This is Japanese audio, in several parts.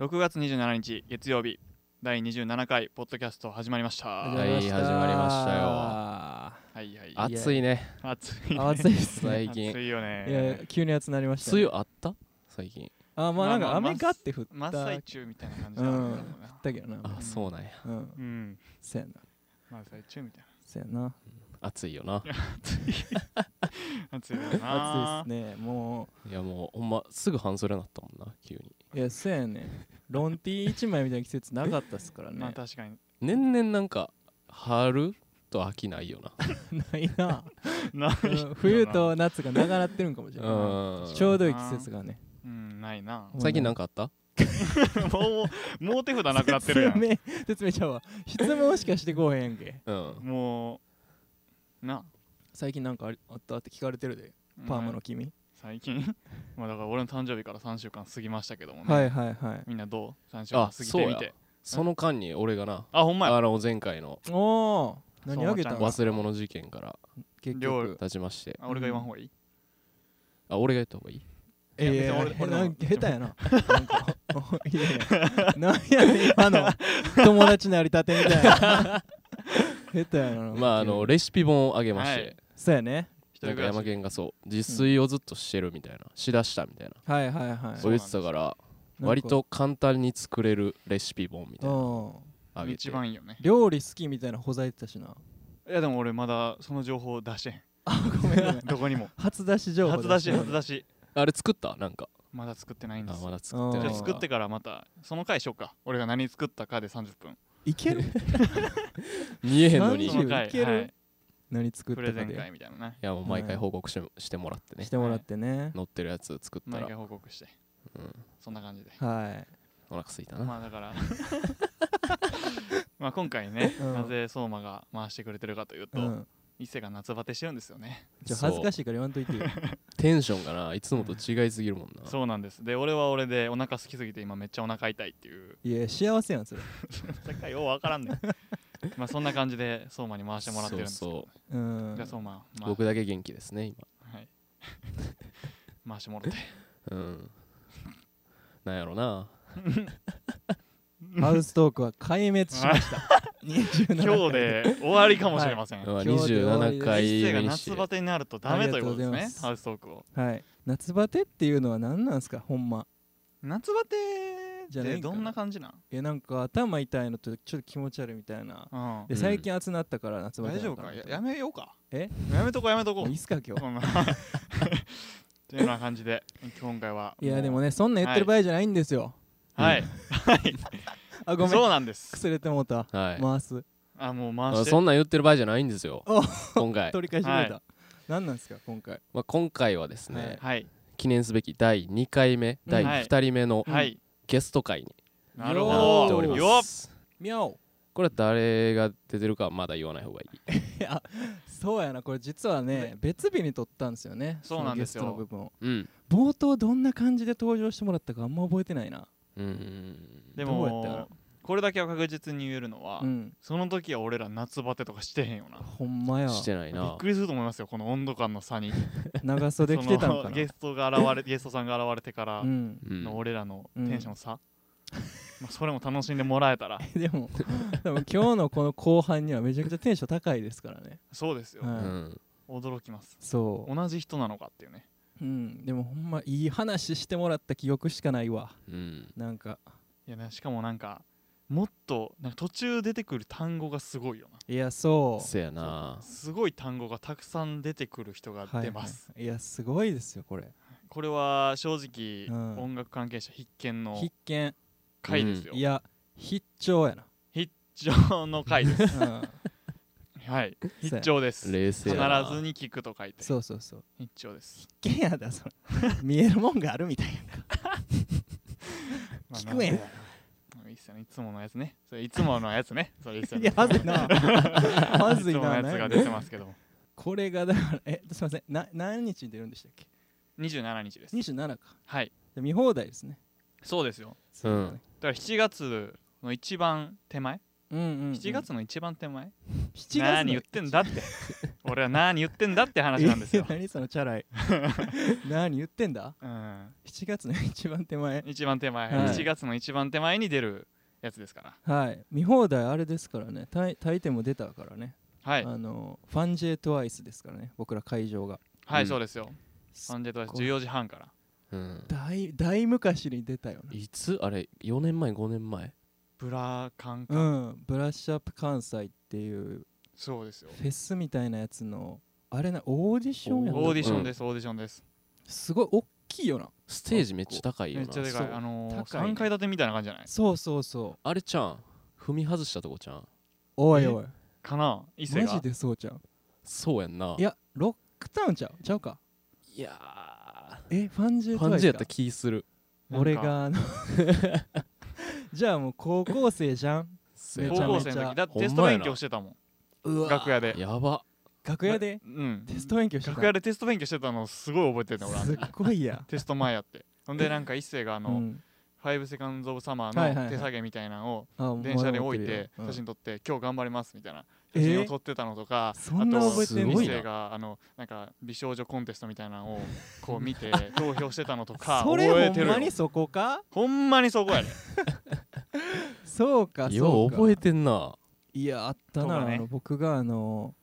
6月27日月曜日第27回ポッドキャスト始まりました始はまりましたはい始まりましたよいはいあ暑いね暑いね あ暑いです ね最近暑いよいやね急に暑なりましたね、梅雨あった最近あまあなんかまあまあ雨がって降った真っ最中みたいな感じうだんっだけどなあそうなんやうん、うんせやな真っ最中みたいせやな暑いよ な な暑いよな暑いですねもいやもうほんますぐ半袖になったもんな急にういやせやねロンティー一枚みたいな季節なかったっすからまあね確かに年々なんか春と秋ないよない な、な うん冬と夏が長なってるんかもしれなな うい、んちょうどいい季節がねうんないな最近なんかあったもうもう手札なくなってるや ん説明説明ちゃうわ質問しかしてこうへんやんけうんもうな最近なんかありあったって聞かれてるでパーマの君、最近 まあだから俺の誕生日から3週間過ぎましたけどもね、はいはいはいみんなどう ?3 週間過ぎてみてその間に俺がなあほんまやあの前回のおお何あげたそうのま忘れ物事件から結料局理立ちましてあ俺が言わん方がいい、あ俺が言った方がいいいやええ別に俺俺のなんか 下手やな。なんか、いやいや、なんやねん、今の、友達なりたてみたいな。 下手やな。まああの、レシピ本をあげましはていそうやね。一人なんか暮ら山し県がそう自炊をずっとしてるみたいなしだしたみたいなはいはいはい。そう言ってたから割と簡単に作れるレシピ本みたいなのうん。あげて一番いいよね料理好きみたいなほざいてたしな。いやでも俺まだその情報出してへんごめんごめん。どこにも初出し情報初出し初し。出しあれ作ったなんかまだ作ってないんであすまよだ作ってだじゃないあうん作ってからまたその回しようか俺が何作ったかで30分いける見えへんのにい30その回いけるはい何作っプレゼたかン会で。みたいなねやもう毎回報告ししてもらってねしてもらってね。載ってるやつ作った毎ら回報告してうんそんな感じではお腹すいたなまあだから まあ今回ねうんなぜ相馬が回してくれてるかというい。うとん。一世が夏バテしてるんですよねちょそう恥ずかしいから言わんといてよ。テンションがないつもと違いすぎるもんなそうなんですで俺は俺でお腹空きすぎて今めっちゃお腹痛いっていういや、幸せやん、それ。世界ようわからんねん まあそんな感じで相馬に回してもらってるんですけどそううんじゃあ。相馬、まあ、僕だけ元気ですねはい 回してもらって今うんなんやろなハウストークは壊滅し ました。27回今日で終わりかもしれません、まあ今日で終わり27です回一世目がにして夏バテになるとダメということですありがとうございねますハウストークをはい、夏バテっていうのは何なんすかほんま夏バテじっゃないてんかどんな感じなん、えなんか頭痛いのとちょっと気持ち悪いみたいなうんでうん最近暑なったから夏バテ大な丈の夫かなややめようかえやめとこうやめとこもうういいっすか今 日こんなっていうような感じで今回はいやでもねねそんなん言ってる場合じゃないんですよ、はい、はいあごめんそうなんですくすれてもうたはい回すあもうま回しあてそんなん言ってる場合じゃないんですよお今回取り返してくれた、は何なんすか今回まあ今回はですはいねはい記念すべき第2回目うん第はい2人目のはいゲスト会になるなほってどおりよまっすみゃおこれは誰が出てるかはまだ言わない方がいいいやそうやなこれ実はね別日に撮ったんですよねそうなんですよそのゲストの部分をうん冒頭どんな感じで登場してもらったかあんま覚えてないなうんでどうやったやもろこれだけは確実に言えるのは、うんその時は俺ら夏バテとかしてへんよなほんまやしてないびっなくりすると思いますよこの温度感の差に長袖着てたそんかのなゲストが現れ ゲストさんが現れてからうんうんの俺らのテンションの差、 まあそれも楽しんでもらえたらでも、でも今日のこの後半にはめちゃくちゃテンション高いですからね。そうですよ、はういん驚きますそ同じ人なのかっていうねう。うん、でもほんまいい話してもらった記憶しかないわ。うんなんか、いやねしかもなんかもっとなんか途中出てくる単語がすごいよいや、そう。せやななすごい単語がたくさん出てくる人がはい出ます、はい、いや、すごいですよ、これ。これは正直、うん音楽関係者必見の必見。回ですよ、いや、必聴やな。必聴の回です うん、はい 必聴です冷静必やずなに聞くと書いてそうそうそう。必聴です、必見やだ、それ。見えるもんがあるみたいまあ聞くやんなんでまあいっさんいつものやつねそれいつものやつねそれいっさな。ん いや、まず いな。まずいいつものな。やつがな出てますけどこれがだから、え、すいません。な何日に出るんでしたっけ27日です ?27 か。はいで見放題ですね。そうですよそうだねだから7月の一番手前うんうんうん、 7月の一番手前7月の、何言ってんだって俺は何言ってんだって話なんですよ 何そのチャラい何言ってんだうん、 7月の一番手前一番手前、はい1月の一番手前に出るやつですからはい見放題あれですからねタイタイでも出たからね、はい、あのファンジェトワイスですからね僕ら会場がはい、うんそうですよサンデーと14時半からうん、大大昔に出たよいつあれ4年前5年前ブラカンカなうんブラッシュアップ関西っていうそうですよフェスみたいなやつのあれなオーディションやったオーディションです、オーディションですすごい大きいよなステージめっちゃ高いよめっなちゃでかそいうあのー、高いね3階建てみたいな感じじゃないそうそうそうあれちゃん踏み外したとこちゃんおいおいかな伊勢マがジでそうちゃうそうやんないやロックタウンちゃうちゃうかいやえファンジーェフトァワンイジスやったか気するなんか俺があの じゃあもう高校生じゃんめめ高ちゃ校めち生ゃの時だってほんまやなテスト勉強してたもんうわ楽屋でやば楽屋でうんテスト勉強してた楽屋でテスト勉強してたのすごい覚えてるね俺あのすっ時ごいやテスト前やってほんでなんか一星があうの、ん5セカンドオブサマはいはいはーのい手下げみたいなのをあ電車で置いまだ持ってるよ写真撮って今日頑張りますみたいなえ写ー真を撮ってたのとかそんな覚えてんのあとすごい二な世があのなんか美少女コンテストみたいなのをこう見 て投票してたのとうんかそ覚えてれほんるまよにそこかほんまにそこやねそうかよそうう覚えかてんないやあったとかなねあの僕があの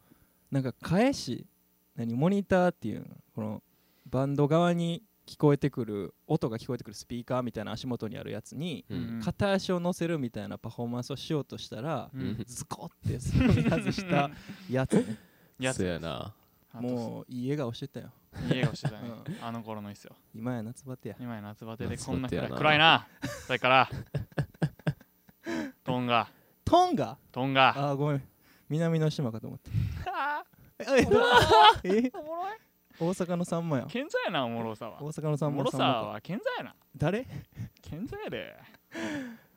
なんか返し何モニターっていうのこのバンド側に聞こえてくる音が聞こえてくるスピーカーみたいな足元にあるやつにうんうん片足を乗せるみたいなパフォーマンスをしようとしたらううんんズコって踏み 外したやつねやそつうやなももういい笑顔してたよういい笑顔してたねうあの頃のいっすよ今や夏バテや今や夏バテで夏こんなバテや暗ない暗いなだから トンガトンガトンガあーごめん南の島かと思ったえどうえおもろい大阪のさんまや健在やなおもろさは大阪のさおんもまろささんまかは健在やな誰健在やで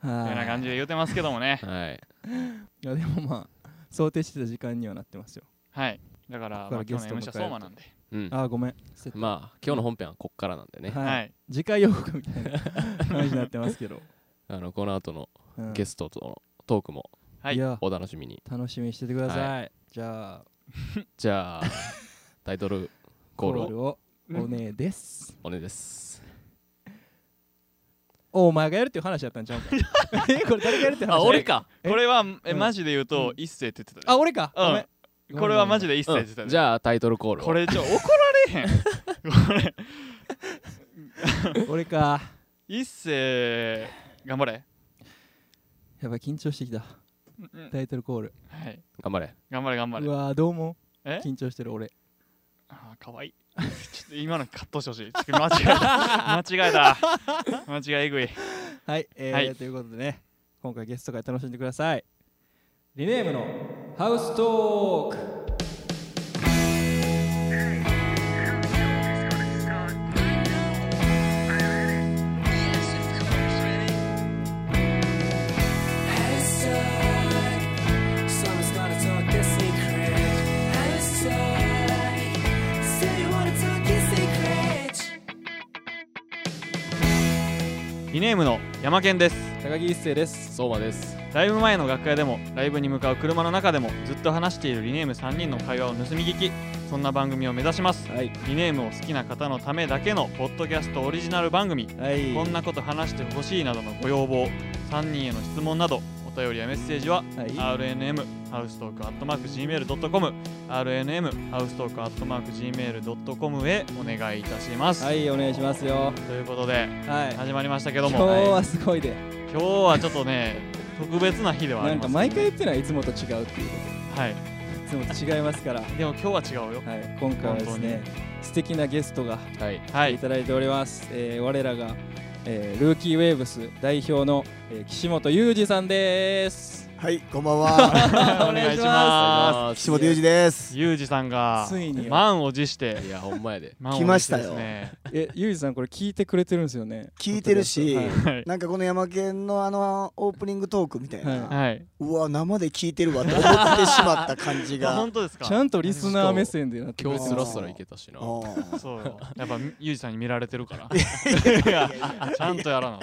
はみたいな感じで言うてますけどもねはいいやでもまあ想定してた時間にはなってますよはいだからここからまあゲ今ス日トのを M 社相迎えると馬なんでうんあーごめんセットまあ今日の本編はこっからなんでね、はいはい次回予告みたいな感じになってますけ ど、あのこの後のうんゲストとのトークもはいいやお楽しみに、楽しみにしててください、はじゃあじゃあタイトルコゴールーをルをおねえです、お願いですお前がやるっていう話やったんちゃうか えこれ誰がやるって話あ俺かえこれはえうんマジで言ううとん一星って言ってたあで俺か、うんごめんこれはマジでで一星って言ってたうでんじゃあタイトルコールをこれちょ怒られへんこれ俺か一星頑張れやばい緊張してきたうんタイトルコールはい頑張れ頑張れ頑張うれわーどうもえ緊張してる俺あーかわいいちょっと今のカットしてほしいちょっと間違え た間違えた間違いえぐいはい、えーはいということでね今回ゲスト会楽しんでくださいリネームのハウストークリネームの山健です高木一生です相馬ですライブ前の楽屋でもライブに向かう車の中でもずっと話しているリネーム3人の会話を盗み聞きそんな番組を目指しますはいリネームを好きな方のためだけのポッドキャストオリジナル番組はいこんなこと話してほしいなどのご要望3人への質問などお便りやメッセージははい RNM ハウストークアットマーク Gmail.com RNM ハウストークアットマーク Gmail.com へお願いいたします、はいお願いしますよということではい始まりましたけ今ど日もはすごいで今日はちょっとね特別な日ではあなりんまかす毎回言ってのはいつもと違うっていうこはいといつもと違いますからでも今日は違うよはい、今回はですね素敵なゲストがはいは 来ていいただいております、えー我らが、えールーキーウェーブス代表の、えー岸本裕二さんですはい、こんば んは。 お願いしま岸本裕二です。すユージさんがついに満を持していやほんまやで満を持して来ましたよですね え裕二さんこれ聞いてくれてるんですよね聞いてるしはい、はいなんかこの山県のあのオープニングトークみたいな、ははい、うわ生で聞いてるわと思ってしまった感じあが。本当ですかちゃんとリスナー目線でなってく今れ日てスすラらスラいけたしなあそうよやっぱユージさんに見られてるからいやちゃんとやらなは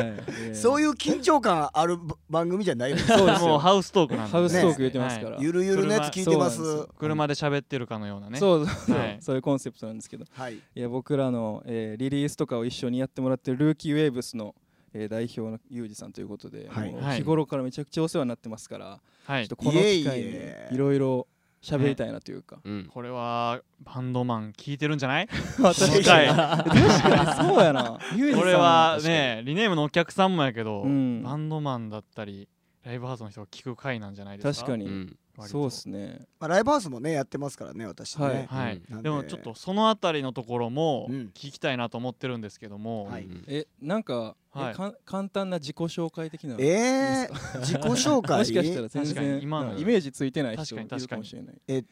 いそうういう緊張感ある番組じゃないよねそうですよもうハウストークなんで、ハウストーク言ってますから、はゆるゆるのやつ聞いてますそうなんでい車で喋ってるかのようなねそうそうそう、はいそういうコンセプトなんですけどはいいや僕らの、えーリリースとかを一緒にやってもらってるルーキーウェーブスの、えー代表のユージさんということで、はいもうはい日頃からめちゃくちゃお世話になってますから、はちょっいとこの機い会えいにえいろいろ喋りたいなというか、うんこれはバンドマン聞いてるんじゃない私確かに確かにそうやなユージさんこれはねリネームのお客さんもやけど、うんバンドマンだったりライブハウスの人が聞く回なんじゃないですか確かうに、ん割とそうですねまあ、ライブハウスもねやってますからね私ね、はいはい、うんなんででもちょっとそのあたりのところもうん聞きたいなと思ってるんですけども、はいうんえなんか,え、はいかん簡単な自己紹介的なえいー、自己紹介もしかしたら全確かに然今のなんかイメージついてない確か人もいに確かるかにもしれない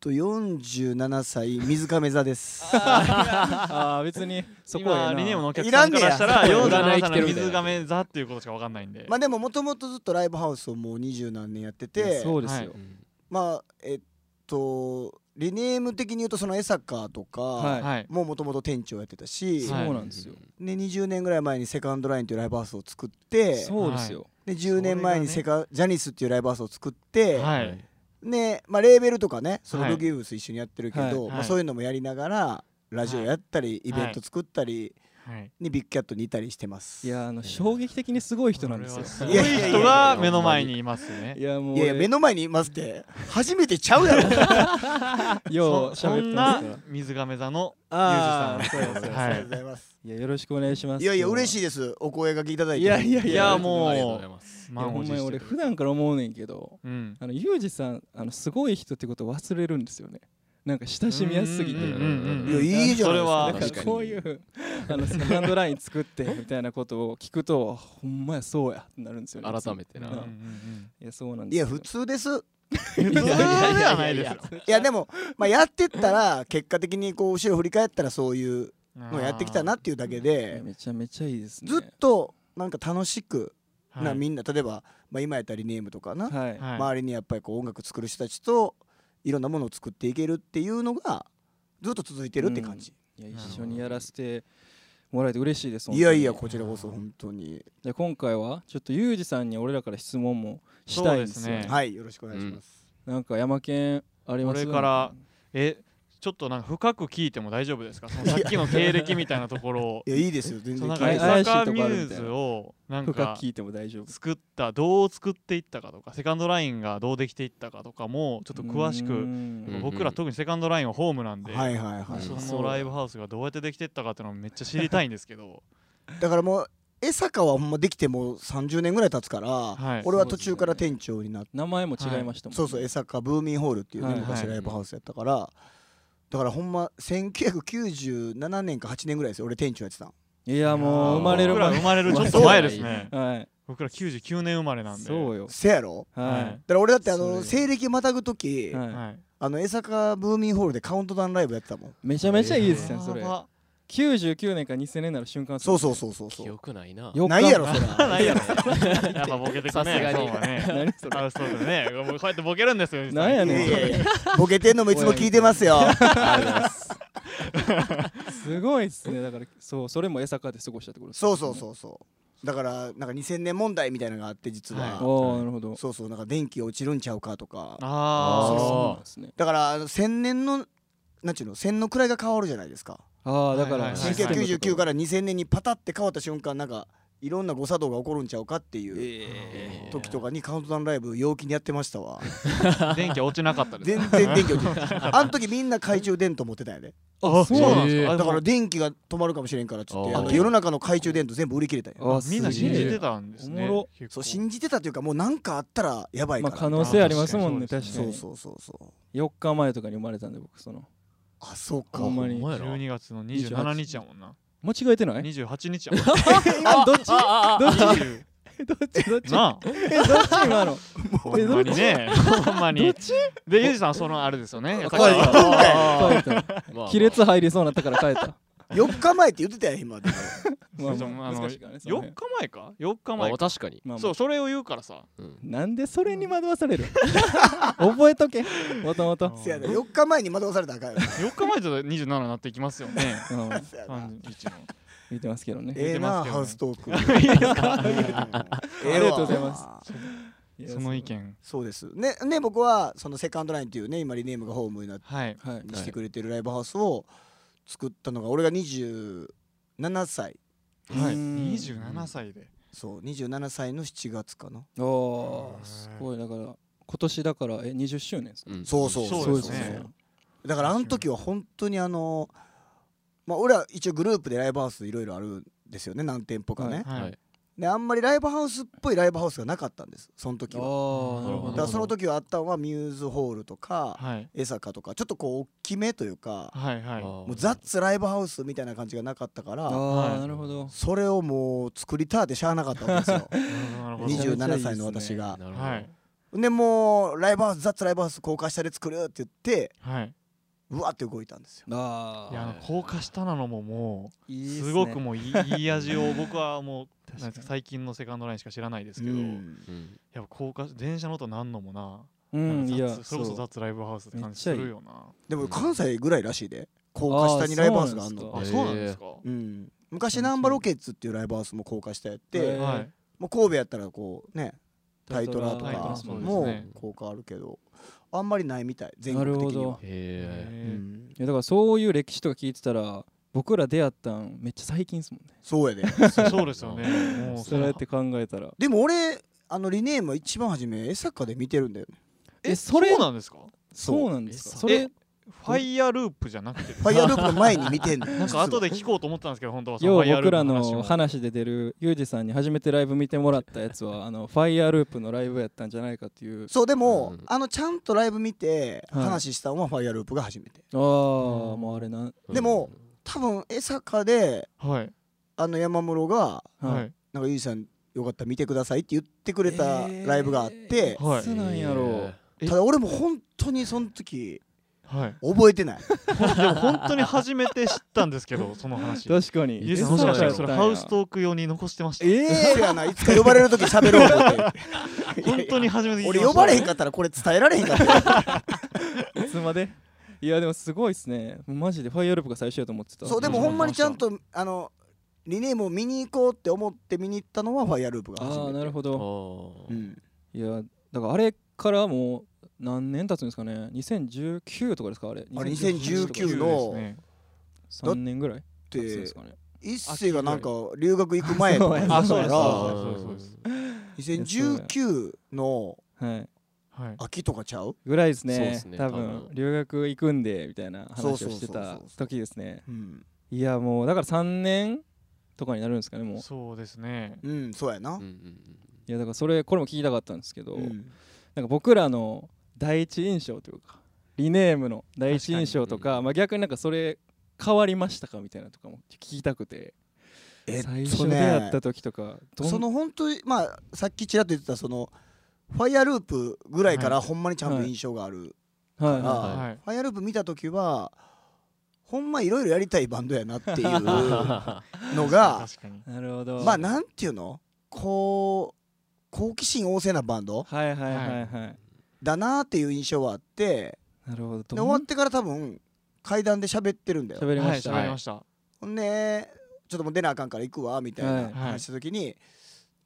と47歳水亀座です ああ別にそこ今はええなリネームのお客さんからしたらいらヨーんねダやナさんの水亀座っていうことしかわかんないんで、まあでももともとずっとライブハウスをもう二十何年やっててそうですよ、うんまあえっとリネーム的に言うとその江坂とか、はいはいもうもともと店長やってたし、はいそうなんですよ、で20年ぐらい前にセカンドラインというライブハウスを作ってそうですよ、で10年前にそれセカ、ジャニスっていうライブハウスを作って、はい、で、まあ、レーベルとかねそのはいブギウス一緒にやってるけど、はいまはあ、いそういうのもやりながらラジオやったり、イベント作ったりはいにビッグキャットにいたりしてます。いやあの衝撃的にすごい人なんですこよれはすいごいやいやいや人が目の前にいますねいやもういやいや目の前にいますって初めてちゃうや ろようそそ喋ってんまなすから水亀座のあユージーさんそうですそうですはいありがとうございます。いやよろしくお願いしますいやいや嬉しいいですお声がけいただいて。いやいやいいややもありがとうもございますうう満ほを持んまにして俺る普段から思うねんけどうんあのユージさんあのすごい人ってこと忘れるんですよねなんか親しみやすすぎてうんうんうんうんいやいいじゃなないんでかす確か。にこういうあのセカンドライン作ってみたいなことを聞くとほんまやそうやってなるんですよね改めてなうんうんううんんいやそうなんでいすやよ普通です。普通じゃないですよいやでもまあやってったら結果的にこう後ろ振り返ったらそういうのをやってきたなっていうだけいやでめちゃめちゃいいですねずっとなんか楽しくあーなみんな例えばまあ今やったりネームとかなはい、はい周りにやっぱりこう音楽作る人たちといろんなものを作っていけるっていうのがずっと続いてるって感じ。いやなるほど一緒にやらせてもらえて嬉しいですいやいや本当にこちらこそ本当にじゃあ今回はちょっとユージさんに俺らから質問もしたいんですよそうですねはいよろしくお願いします。なんか山県ありますこれからえちょっとなんか深く聞いても大丈夫ですかそのさっきの経歴みたいなところをいやいいですよ全そ然のなんか聞い江てない坂ミューズをなん深くか聞いても大丈夫作ったどう作っていったかとかセカンドラインがどうできていったかとかもちょっと詳しうくん僕ら特にセカンドラインはホームなんで、はいはいはうんそい。のライブハウスがどうやってできてったかっていうのをめっちゃ知りたいんですけ どだからもう江坂はほんまできてもう30年ぐらい経つから、はい俺は途中から店長になって名前も違いましたもんね、そうそう江坂ブーミンホールっていうね、はい昔はいライブハウスやったから、だからほんま1997年か8年ぐらいですよ俺店長やってたんいやもう生まれる僕ら前生まれるちょっと前ですねはい僕ら99年生まれなんでそうよせやろはだから俺だってあそれの西暦またぐ時、い、はいはいあの江坂ブーミンホールでカウントダウンライブやってたもんめちゃめちゃいいですねやばそれ99年か2000年なら瞬間そうそううそうそう記そ憶ないなうよないやろそれないやろやっぱボケてくねさすがにそうはね何それハウストークでねこうやってボケるんですよなんやいやねんいそやれいやボケてんのもいつも聞いてますよすごいっすねだからそうそれも江坂で過ごしたってことですねそうそうそうそうだからなんか2000年問題みたいなのがあって実は、はいああなるほどそうそうなんか電気落ちるんちゃうかとかあーーそうなんですねだからあの千年のなんちゅうの千の位が変わるじゃないですかああだからはいはいはい1999から2000年にパタって変わった瞬間なんかいろんな誤作動が起こるんちゃうかっていうええ時とかにカウントダウンライブ陽気にやってましたわ電気落ちなかったです全然電気落ちてないあの時みんな懐中電灯持ってたんやであそうなんですえかあーだでもから電気が止まるかもしれんからっつってあーあの世の中の懐中電灯全部売り切れたんやあみんな信じてたたんですねおもろ結構そう信じてたというかもうなんかあったらやばいまかあら可能性ありますもんねそう確ですかそうにそうそうそう4日前とかに生まれたんで僕そのあそうかほんまにほんまやな12月の27日やもんな間違えてない28日やもんなあどっちど っち20どっちどっちなあえどっち今のほんまにね、ほんまに。で、ゆうじさん、そのあれですよね。あ帰ったあ帰ったまあ 亀裂入りそうになったから変えた 4日前って言ってたやん今でもまあそうまああの難しいからねその4辺日前か ?4 日前あか。確かにまあまそあう、それを言うからさ。うんなんでそれに惑わされ る覚えとけもともとうんせやで4日前に惑わされたらあかんよな4日前と27になっていきますよね。うんせやな31の。言ってますけどねええ言なってハウますスけトーク いいですかあありがとうございますすいやその意見そうですねね僕はそのセカンドラインっていうね今リネームがホームになっはいそうはいにしてくれてるライブハウスを作ったのが俺が27歳はいうん27歳でそう27歳の7月かなおーすごいだから今年だからえ20周年ですかうんそうそうそうですねそうだからあの時は本当にあのまあ俺は一応グループでライブハウスいろいろあるんですよね何店舗かね、はい、はいであんまりライブハウスっぽいライブハウスがなかったんですその時はああなるほだどからその時はあったのはミューズホールとかはい江坂とかちょっとこう大きめというかはいはいももうザッツライブハウスみたいな感じがなかったからあはあいなるほどそれをもう作りたってしゃあなかったわ けですよなるほどなるほ20 27歳の私がなどるほどはいでもうライブハウスザッツライブハウス高架下で作るって言ってはい、うわって動いたんですよあいやああの高架下なのももいういっすごくもういいいい味を僕はもう 確かになんか最近のセカンドラインしか知らないですけうど、んうんやっぱ高架電車の音なんのもな,、うなんんかいや雑それこそザッツライブハウスって感じするよなでも関西ぐらいらしいで高架下にライブハウスがあんのああーそうなんですか、うん昔ナンバロケッツっていうライブハウスも高架下やへっーてえはいもう神戸やったらこうねタイトラとタイトラかそうですもね効果あるけどあんまりないみたい全国な的にはるほどへえうへーんいやだからそういう歴史とか聞いてたら僕ら出会ったんめっちゃ最近ですもんねそうやでそうそうですよね もうそうやって考えたらでも俺あのリネームは一番初め江坂で見てるんだよねええそそれれそうなんですかそうなんですかえそれファイヤーループじゃなくてファイヤーループの前に見てんのななんか後で聞こうと思ったんですけど本当はそのフようァイヤール僕ーらプ話のも話で出るユージさんに初めてライブ見てもらったやつはあのファイヤーループのライブやったんじゃないかっていうそうでも、うんあのちゃんとライブ見てはい話したのはファイヤーループが初めてああもうあれなでも多分江坂ではいあの山室がははいい「なんかゆいさんよかったら見てください」って言ってくれたえーライブがあって、はいいつなんやろえただ俺も本当にその時はい覚えてないでも本当に初めて知ったんですけどその話う確かにゆうさんもしかしたらそうそれやったんやハウストーク用に残してましたええやないつか呼ばれる時喋ろうと思って 本 当に初めて聞きまし俺た呼ばれへんかったらこれ伝えられへんかったいつまでいやでもすごいっすねもうマジでファイヤーループが最初やと思ってたそうでもほんまにちゃんとあのリネームを見に行こうって思って見に行ったのはファイヤーループが初めあてあなるほどどうんいやだからあれからもう何年経つんですかね2019とかですかあれあれそう2019ですのね3年ぐらい経つんでですかね一世がなんか留学行く前とかやあっそうたですかそうですそうですら2019のはいはい秋とかちゃう、ぐらいですそうねっすね多多分分留学行くんでみたいな話をしてそうそうそうたそうそう時ですねうん、いやもうだから3年とかになるんですかねもうそうですねうん、そうやなうんう、んいやだからそれこれも聞きたかったんですけど、うんなんか僕らの第一印象というかリネームの第一印象と確かかまあ、逆になんかそれ変わりましたかみたいなとかも聞きたくて、えっ最と初出会ねった時とかどんその本当にまあさっきちらっと言ってたそのファイヤーループぐらいからほんまにちゃんと印象がある、はいはいあはあはいファイヤーループ見た時はほんまいろいろやりたいバンドやなってい うのが確かにいなるほどまあなんていうのこう好奇心旺盛なバンドはいはいはいはい、だなっていう印象はあってなるほどでど終んわってから多分階段で喋ってるんだよ喋りました、はい喋りましたほんでちょっともう出なあかんから行くわみたいはいはない話した時に、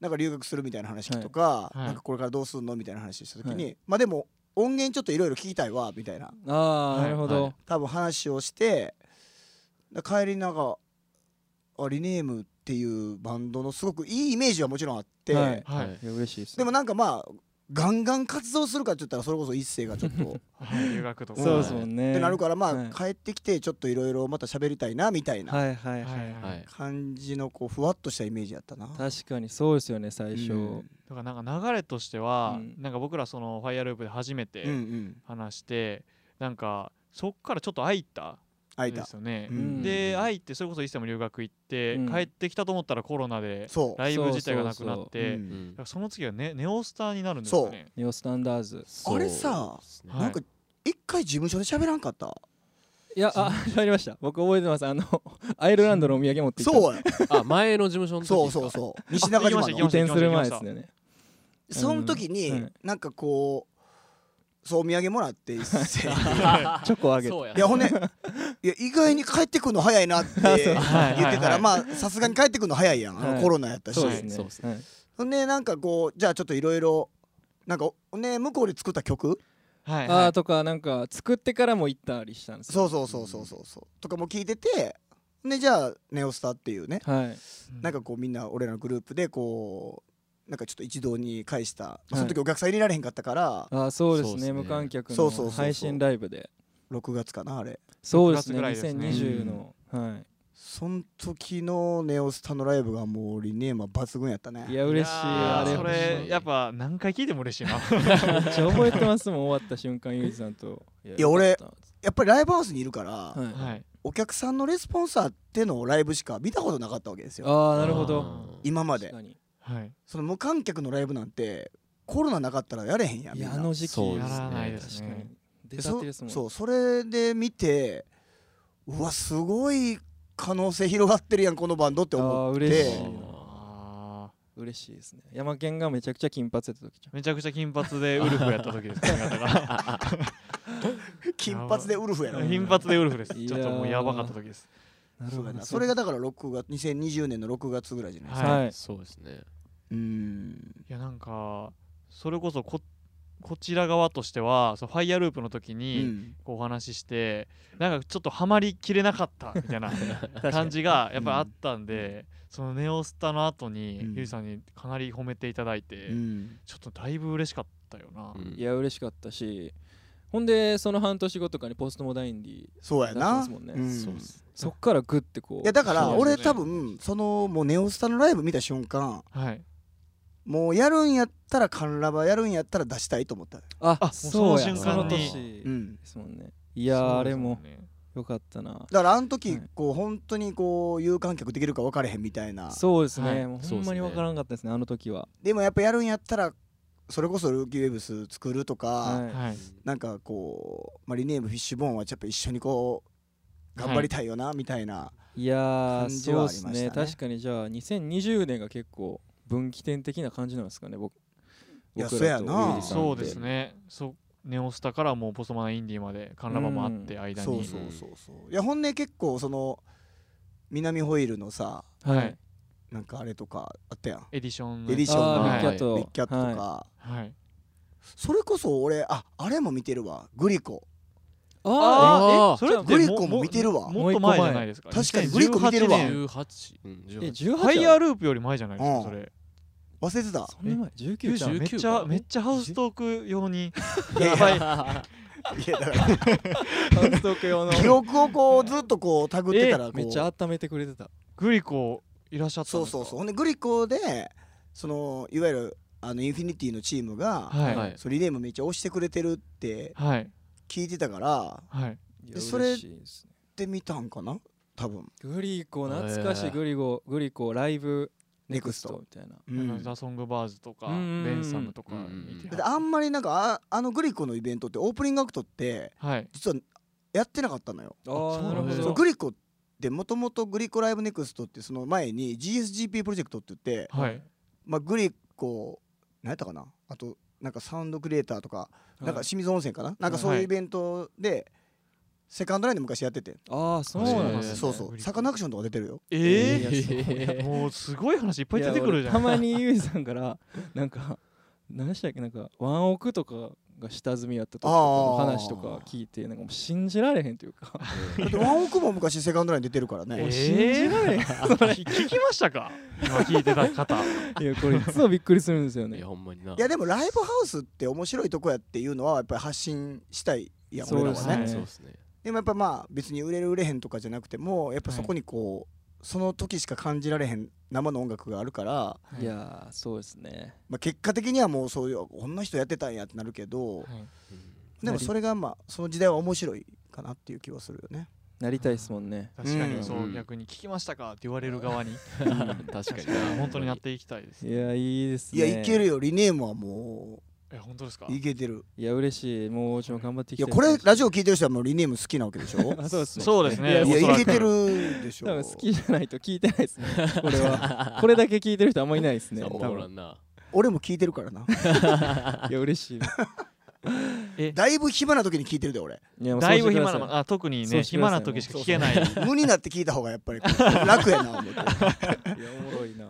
なんか留学するみたいな話とか、いはいなんかこれからどうすんのみたいな話した時に、はまあでも音源ちょっといろいろ聞きたいわみたいなあはあいなるほど、はい多分話をしてで帰りなんかあリネームっていうバンドのすごくいいイメージはもちろんあって、はいはいい、や嬉しいですでもなんかまあガンガン活動するかって言ったらそれこそ一世がちょっとはい留学とかそうですもんねってなるからまあ、はい帰ってきてちょっといろいろまた喋りたいなみたいなはいはいはい、はいはい感じのこうふわっとしたイメージやったな。確かにそうですよね最初、うんだからなんか流れとしては、うんなんか僕らそのファイアループで初めうんうてん話して、なんかそっからちょっと空いた開いでたすよねう。んで空いてそれこそ一世も留学行って、うん帰ってきたと思ったらコロナでそうライブ自体がなくなってうだうんんからその次はねネオスターになるんですよね。ネオスタンダーズそうあれさですねはいなんか一回事務所で喋らんかったいやあ 喋りました僕覚えてますあの アイルランドのお土産持って行ったそうやあ前の事務所の時そうそううそう西中行き島ました行きのま移転する前ですねその時うにんなんかこそうお土産もらって1000円チョコあげてそうやいやほんでいや意外に帰ってくるの早いなって言ってはいはいたはらいまあさすがに帰ってくるの早いやんあはのいコロナやったしそうですねそうですはいほんでなんかこうじゃあちょっといろいろなんかね向こうで作った曲はいあはーとかなんか作ってからも行ったりしたんですよそうそうそうそうそうそうとかも聞いててでじゃあ「ネオスタ」っていうねはいなんかこうみんな俺らのグループでこうなんかちょっと一堂に会した、まあその時お客さん入れられへんかったかあらーそうですそうねですね無観客そうそうそうのそう配信ライブで6月かなあれそうですね6月ぐらいですね2020の、はそん時のネオスタのライブがもうリネーマ抜群やったねい、いいややい嬉しいやあーれそめれやっぱ何回聞いても嬉しいなっちゃ覚えてますもん終わった瞬間ゆうじさんといやや俺よかっっぱりライブハウスにいるから、たはい、はいお客さんのレスポンサーってのをライブしか見たことなかったわけですよああなるほどあー今ま確でかにはいその無観客のライブなんてコロナなかったらやれへんやんいみんやなあの時期そうやですねらないで確すかにね出でたそてですもんそうそれで見てうわすごい可能性広がってるやんこのバンドってあ思ーっ嬉しいてなあ嬉しいですね山県がめちゃくちゃ金髪やった時じゃんーめちゃくちゃ金髪でウルフやった時です髪型が金髪でウルフやろ金髪でウルフですいやーちょっともうやばかった時ですなそうやなそれがだから6月2020年の6月ぐらいじゃないですか、はいはいそうですねうーんいやなんかそれこそここちら側としてはそのファイヤーループの時うにんこうお話しして、なんかちょっとハマりきれなかったみたいな感じがやっぱりあったんで、そのネオスタの後に、うんゆうさんにかなり褒めていただいて、うんちょっとだいぶ嬉しかったよな、うんいや嬉しかったしほんでその半年後とかにポストモダインディそうや出なしますもんねうんそうですそっからグッてこういやだからそうで俺すね多分そのもうネオスタのライブ見た瞬間はいもうやるんやったらカンラバやるんやったら出したいと思った、ああもうそうやその瞬間にその年うでん、すもんねいやーあれもそうですよねよかったなだからあの時はいこう本当にこう有観客できるか分かれへんみたいなそうですはねいもうほそんうですまねにわからんかったですねあの時はでもやっぱやるんやったらそれこそルーキーウェブス作るとか、ははいなんかこう、まあ、リネームフィッシュボーンはやっぱ一緒にこう頑張りたいよなみたいな、いいやー感じそうはでありすましたねね確かにじゃあ2020年が結構分岐点的な感じなんですかね僕いや僕らとそうやなユージさんってそうですねそうネオスタからもうポストマナインディまでカンラバもあって間に、そうそうそうそういや本音結構その南ホイールのさははいいなんかあれとかあったやんエディションエディションあービのッはグいキャットビッグキャットとか、はいはいそれこそ俺ああれも見てるわグリコあーあーえそれってグリコも見てるわももっと前じゃないですか確かにグリコ見てるわ2018年18うんえ18 18ファイヤーループより前じゃないですうかんそれ忘れてたそんな前19じゃん19めっちゃかめっちゃハウストーク用にいややいやばいいやだからハウストーク用の記憶をこうずっ とこうたぐってたらこうめっちゃ温めてくれてたグリコいらっしゃったんそでうすかそうそうほんでグリコでそのいわゆるあのインフィニティのチームが、はいはいそうリネームめっちゃ押してくれてるってはい聞いてたからはいいでやそれ嬉しいですねで見たんかな多分グリコ懐かしへいーグリコグリコライブネネククスストトみたいなうんザ・ソングバーズとかうんうんうんベンサムとかうんうんうんいてだってあんまりなんかああのグリコのイベントってオープニングアクトってはい実はやってなかったのよ。ああなるほそうそうどグリコってもともとグリコライブネクストってその前に GSGP プロジェクトって言って、はいまあ、グリコ何やったかなあとなんかサウンドクリエイターとかなんか清水温泉かななんかそうはいいうイベントでセカンドラインで昔やっててああそうなんですへねーそうそうサカナクションとか出てるよ。えええーもうすごい話いっぱい出てくるじゃいやん俺たまにゆうじさんからなんか何でしたっけなんかワンオクとかが下積みやった時とかの話とか聞いてなんかもう信じられへんというかだってワンオクも昔セカンドライン出てるからね。俺 信じられへん聞聞きましたか今聞いてた方いやこれいつもびっくりするんですよいねやほんまにないやでもライブハウスって面白いとこやっていうのはやっぱり発信したいやんそう俺らではすねねそうですねでもやっぱまあ別に売れる売れへんとかじゃなくてもやっぱそこにこう、その時しか感じられへん生の音楽があるから、いやーそうですねまあ、結果的にはもうそういうこんな人やってたんやってなるけど、うんでもそれがまあその時代は面白いかなっていう気はするよね。なりたいですもんね確かうにんそう逆に聞きましたかって言われる側に確かに本当になっていきたいですいやいいですいねやいけるよリネームはもえ本当ですかういけてるいや嬉しいもううちも頑張っていいきやたいこれラジオオ聞いてる人はもうリネーム好きなわけでしょ いそうですねそうですねいやおそらやくいけてるでしょ多分好きじゃないと聞いてないですねこれはこれだけ聞いてる人あんまいないですねそう多おら分んな俺も聞いてるからないや嬉しいえだいぶ暇な時に聞いてる で俺 いやもうだいぶそうしてく暇さなまあ特にそうねしてくだ暇さいな時しか聞けない無になって聞いた方がやっぱりこう楽やな思っていやおもろいな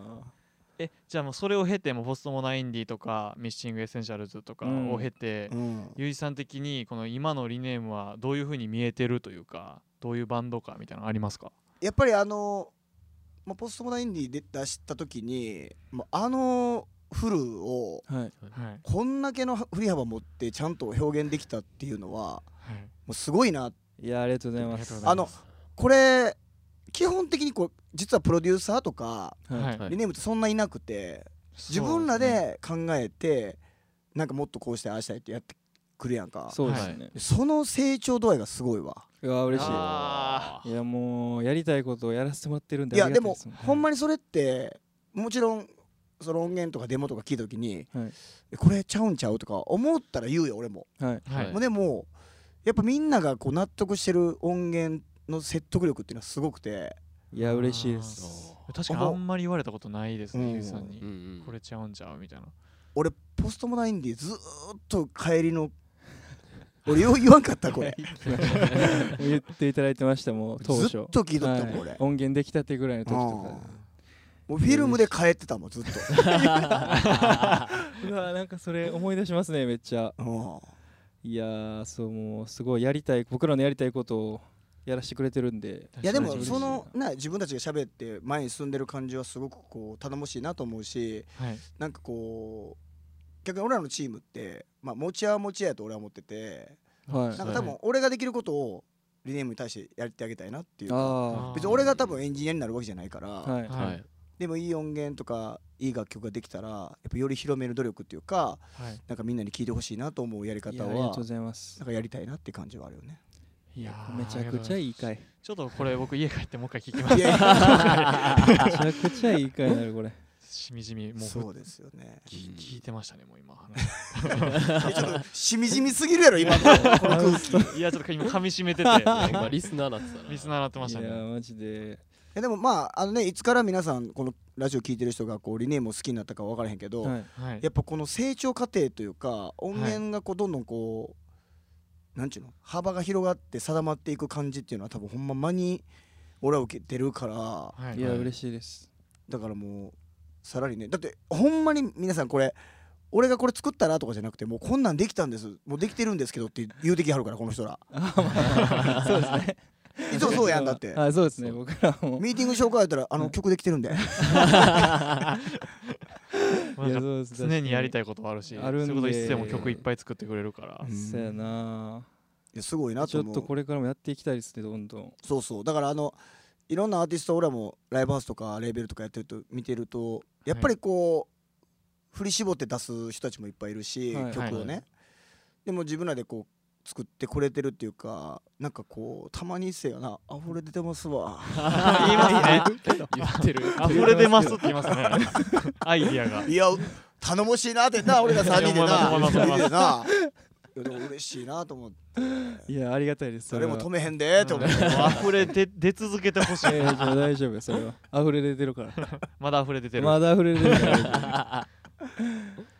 えじゃあもうそれを経てもうポストモナインディとかミッシングエッセンシャルズとかうんを経て、うんゆいさん的にこの今のリネームはどういうふうに見えてるというかどういうバンドかみたいなのありますかやっぱりあの、まあ、ポストモダンインディーで出した時に、まあ、あのフルをははいい、こんだけの振り幅持ってちゃんと表現できたっていうのははい、もうすごいないやありがとうございまありすがあのこれ基本的にこう実はプロデューサーとかとうございますはいはいはいリネームってそんないなくて自分らで考えてなんかもっとこうしてああしたいってやってくるやんかそうですねその成長度合いがすごいわうわ嬉しいあいやもうやりたいことをやらせてもらってるんでいやありでがたもすほんまにそれってもちろんその音源とかデモとか聞いた時に、はいえこれちゃうんちゃうとか思ったら言うよ俺も、はいはいもうでもやっぱみんながこう納得してる音源の説得力っていうのはすごくていや嬉しいです確かにあんまり言われたことないですうんねゆいさんうんにうんこれちゃうんちゃうみたいな俺ポストモダンインディーずーっと帰りの俺よう言わんかったこれ 言っていただいてましたもう当初ずっと聞いとったもはいん俺音源できたてぐらいの時うんともうフィルムで帰ってたもん ずっと、かうわなんかそれ思い出しますねめっちゃうんいやーそうもうすごいやりたい僕らのやりたいことをやらせてくれてるんでいやでも確かにそのな自分たちが喋って前に進んでる感じはすごくこう頼もしいなと思うしはいなんかこう逆に俺らのチームってまあ持ち合は持ち合やと俺は思っててはいなんか多分俺ができることをリネームに対してやってあげたいなっていうかあー別に俺が多分エンジニアになるわけじゃないから、あはいははいいでもいい音源とかいい楽曲ができたらやっぱより広める努力っていうはかいなんかみんなに聞いてほしいなと思うやりい方やありがとうはございますなんかやりたいなって感じはあるよね。いやいやーめちゃくちゃいい回ちょっとこれ僕家帰ってもう一回聞きますいやいやめちゃくちゃいい回になるこれしみじみもうふ そうですよね。きうん聞いてましたねもう今いやちょっとしみじみすぎるやろ今のこの空気。いやちょっと今噛み締めてて今リスナーなってたなリスナーなってましたいやねーマジで えでもまああのねいつから皆さんこのラジオ聞いてる人がこうリネームを好きになったかは分からへんけど、はいはいやっぱこの成長過程というか音源がこうどんどんこう、なんちゅうの幅が広がって定まっていく感じっていうのは多分ほんま間に俺は受けてるからはいいや嬉しいですだからもうさらにねだってほんまに皆さんこれ俺がこれ作ったらとかじゃなくてもうこんなんできたんですもうできてるんですけどって言うてきはるからこの人らそうですねいつもそうやんだってあそうですね僕らもミーティング紹介やったらあの曲できてるん でなんかそうです常にやりいたいことはあるしあるんそでういうこと一切も曲いっぱい作ってくれるからうんそうやなあいやすごいなちとょ思っうとこれからもやっていきたいですねどんどんそうそうだからあのいろんなアーティスト俺らもライブハウスとかレーベルとかやってると見てるとやっぱりこう、振り絞って出す人たちもいっぱいいるし、はい曲をね、はでも自分らでこう作ってこれてるっていうかなんかこうたまに一世がな溢れ出てますわ言いますね言ってるあ溢れ出ますって言いますね アイディアが いや頼もしいなってな俺ら3人でな思います思います見て ないやでも嬉しいなと思っていやありがたいですそれも止止めへんでーと思って、溢れて出続けてほしいめ大丈夫よそれは溢れ出てるからまだ溢れ出てるあまだ溢れ出てるから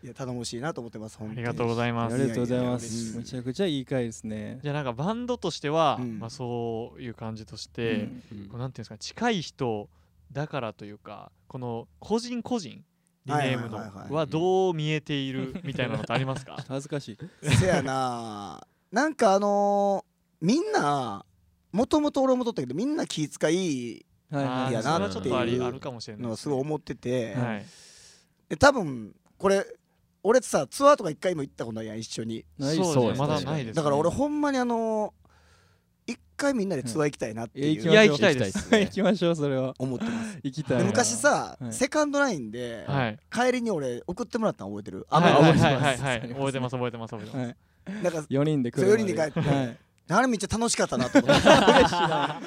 いや頼もしいなと思ってます本当にりがとうございあますりがとうございまいやいやいすやめちゃくちゃいい回ですねじゃあなんかバンドとしてはうんまあそういう感じとしうてんこうなんていうんですか近い人だからというかこの個人個人リネームはいはいはいはいのはどう見えているみたいなのってありますか恥ずかしいせやななんかあのーみんなもともと俺もとったけどみんな気使いはいあはーいいやそれ なはっちょていっうとありあるかもしれないのはすごい思ってて、はいで多分これ俺さツアーとか一回も行ったことないやん一緒にないそうそでうですすねまねだないですねだから俺ほんまにあのー一回みんなでツアー行きたいなってうんえい行う、きいましょうや行きたいですす行きましょうそれは思ってます行きたいでな昔さ、はいセカンドラインで、はい帰りに俺送ってもらったの覚えてるは雨いの、はいあはいはいはい覚えてます覚えてます覚えてます覚えてますはいなんか4人で来るそう四人で帰ってはいあれめっちゃ楽しかったなと思って あ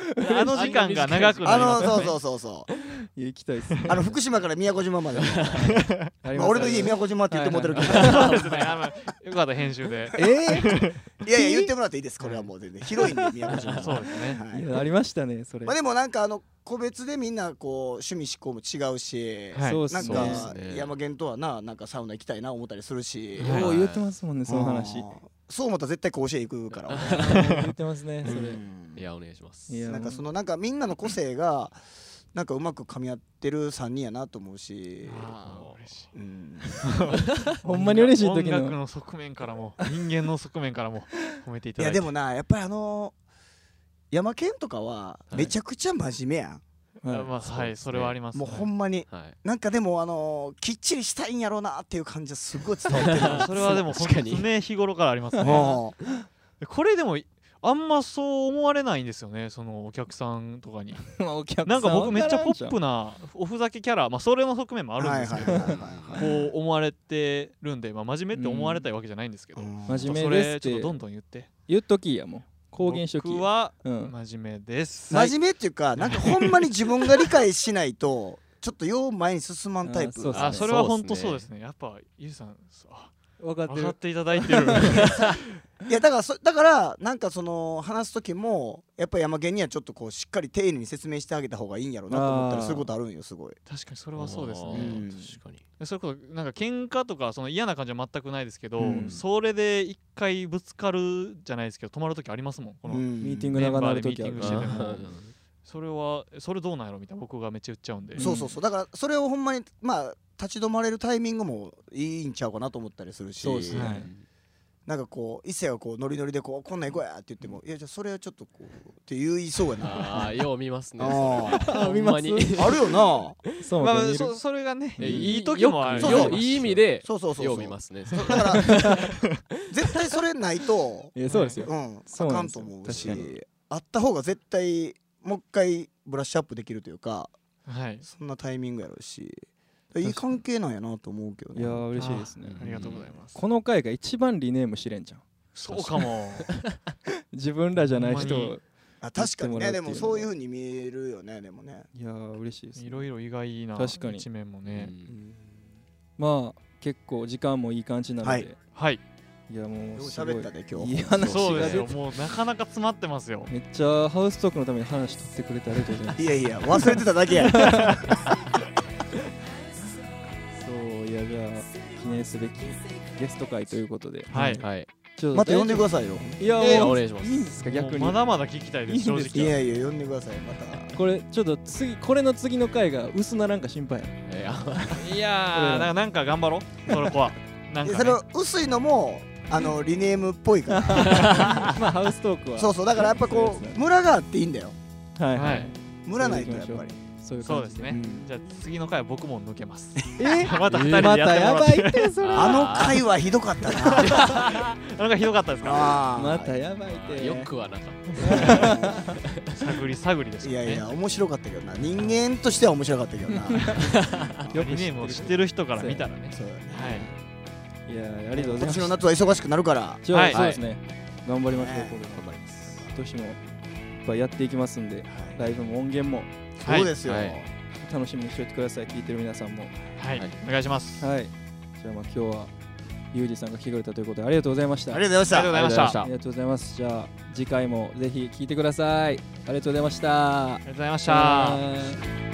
の時間が長くなありまのすそうそうそうそういや行きたいですねあの福島から宮古島まで、ありままあ、す俺の家宮古島って言ってもうてるけ ど、そうですね。あのよかった編集 で。え ー、いやいや言ってもらっていいですこれはもう全然広いんで宮古島はそうですね。はいいやありましたねそれまあでもなんかあの個別でみんなこう趣味思考も違うし、はいそうっなすんねかそうですね山源とはななんかサウナ行きたいな思ったりするし、はいよう言ってますもんねそのあ話ーそう思ったら絶対甲子園行くから 俺言ってます ねそれ、いやお願いしますいやなんかそのなんかみんなの個性がなんかうまく噛み合ってる3人やなと思うし、あー嬉しいうん、ほんまに嬉しい時音楽のの側面からも人間の側面からも褒めていいただやいてでもなやっぱりあのヤマケンとかははいめちゃくちゃ真面目やん、あまあそうですねはいそれはありますもうほんまにはいなんかでもあのきっちりしたいんやろうなっていう感じはすごい伝わってるそれはでも確かに本当常日頃からありますねうこれでもあんまそう思われないんですよねそのお客さんとかにまあお客さんなんか僕めっちゃポッわプなおふざけキャラまあそれの側面もあんるんはいはいですはけいどはいはいこう思われてるんでまあ真面目って思われたいわけじゃないんですけどうん真面目そですれっちょっとてどんどん言って言っときやもう公言しとき僕はうん、真面目です真面目っていうかなんかほんまに自分が理解しないとちょっとよう前に進まんタイプあそうっすねあそれは本当そうですねやっぱゆうさんそうあ分かって分かっるていただいてるいやだからそだからなんかその話す時もやっぱ山県にはちょっとこうしっかり丁寧に説明してあげた方がいいんやろうなと思ったあらーそういうことあるんよすごい確かにそれはそうですあねーうん確かにでそれこそなんか喧嘩とかその嫌な感じは全くないですけど、うんそれで一回ぶつかるじゃないですけど止まる時ありますもんこの、うんミーティング長なる時あメンるバーでミーティングしててもあーそれはえそれどうなんやろみたいな僕がめっちゃ言っちゃうんで、そうそうそうだからそれをほんまにまあ立ち止まれるタイミングもいいんちゃうかなと思ったりするしそうですね、ははいい、なんかこう一世がこうノリノリでこう「こんなん行こうや」って言っても「いやじゃあそれはちょっとこう」って言いそうやなあーよう見ますねあー ほんま に見ますあるよなそうまなあんですそそれがねえいい時もあるよそくうそうよいい意味でそうそうそうそうよう見ますねだから絶対それないといやそうですよ、うん、あそうなかんんですとよ思確うかしあった方が絶対もう一回ブラッシュアップできるというかはいそんなタイミングやろうしにいい関係なんやなと思うけどいやねー嬉しいですねありがとうございますこの回が一番リネーム知れんじゃんそうかも自分らじゃない人ほんまをあ確かにやねってでもらうっていうのがもそういうふうに見えるよねでもねいやー嬉しいですいろいろ意外な確かに一面もうね、んまあ結構時間もいい感じなので、はいい、はいやもよううすごい喋ったね今いい日話そうがです出よてもうなかなか詰まってますよめっちゃハウストークのために話取ってくれてありがとうございますいやいや忘れてただけ やそういやじゃあ記念すべきゲスト会ということで、はいはいちょっとまた呼んでくださいよいやいやもおう願いしますいいんですか逆にもうまだまだ聞きたいですいいん正ですい直やいや呼んでくださいまたこれちょっと次これの次の回が薄ならんか心配 やいやいやーななんか頑張ろうその子はなんいやか、そねれ、薄いのもあのリネームっぽいからまあハウストークはそうそうだからやっぱこうムラがあっていいんだよはいははいいムラないとやっぱりそういうそう感ですじでね、じゃあ次の回は僕も抜けます えまた二人までやってたもやらっばいてってそれああの回はひどかったななんかひどかったですかあーまたやばいってよくはなかっ探り探りでした いもんやねいや面白かったけどな人間としては面白かったけどなよリく知ネっームを知っててる人から見たらねそうだねはいるいやありがとうござ今いま年すの夏は忙しくなるからじゃあ、はいそうですね頑張りましょうねこれはた頑張ります今年もいっぱいやっていきますんでライブも音源もはいそうですよはい楽しみにしておいてください聞いてる皆さんもはい、はいお願いします、はいじゃあまあ今日はゆうじさんが来てくれたということでありがとうございましたありがとうございありがとうましたございましたあありがとうございます。じゃあ次回もぜひ聞いてください。ありがとうございました。ありがあとうりがとうございました。した。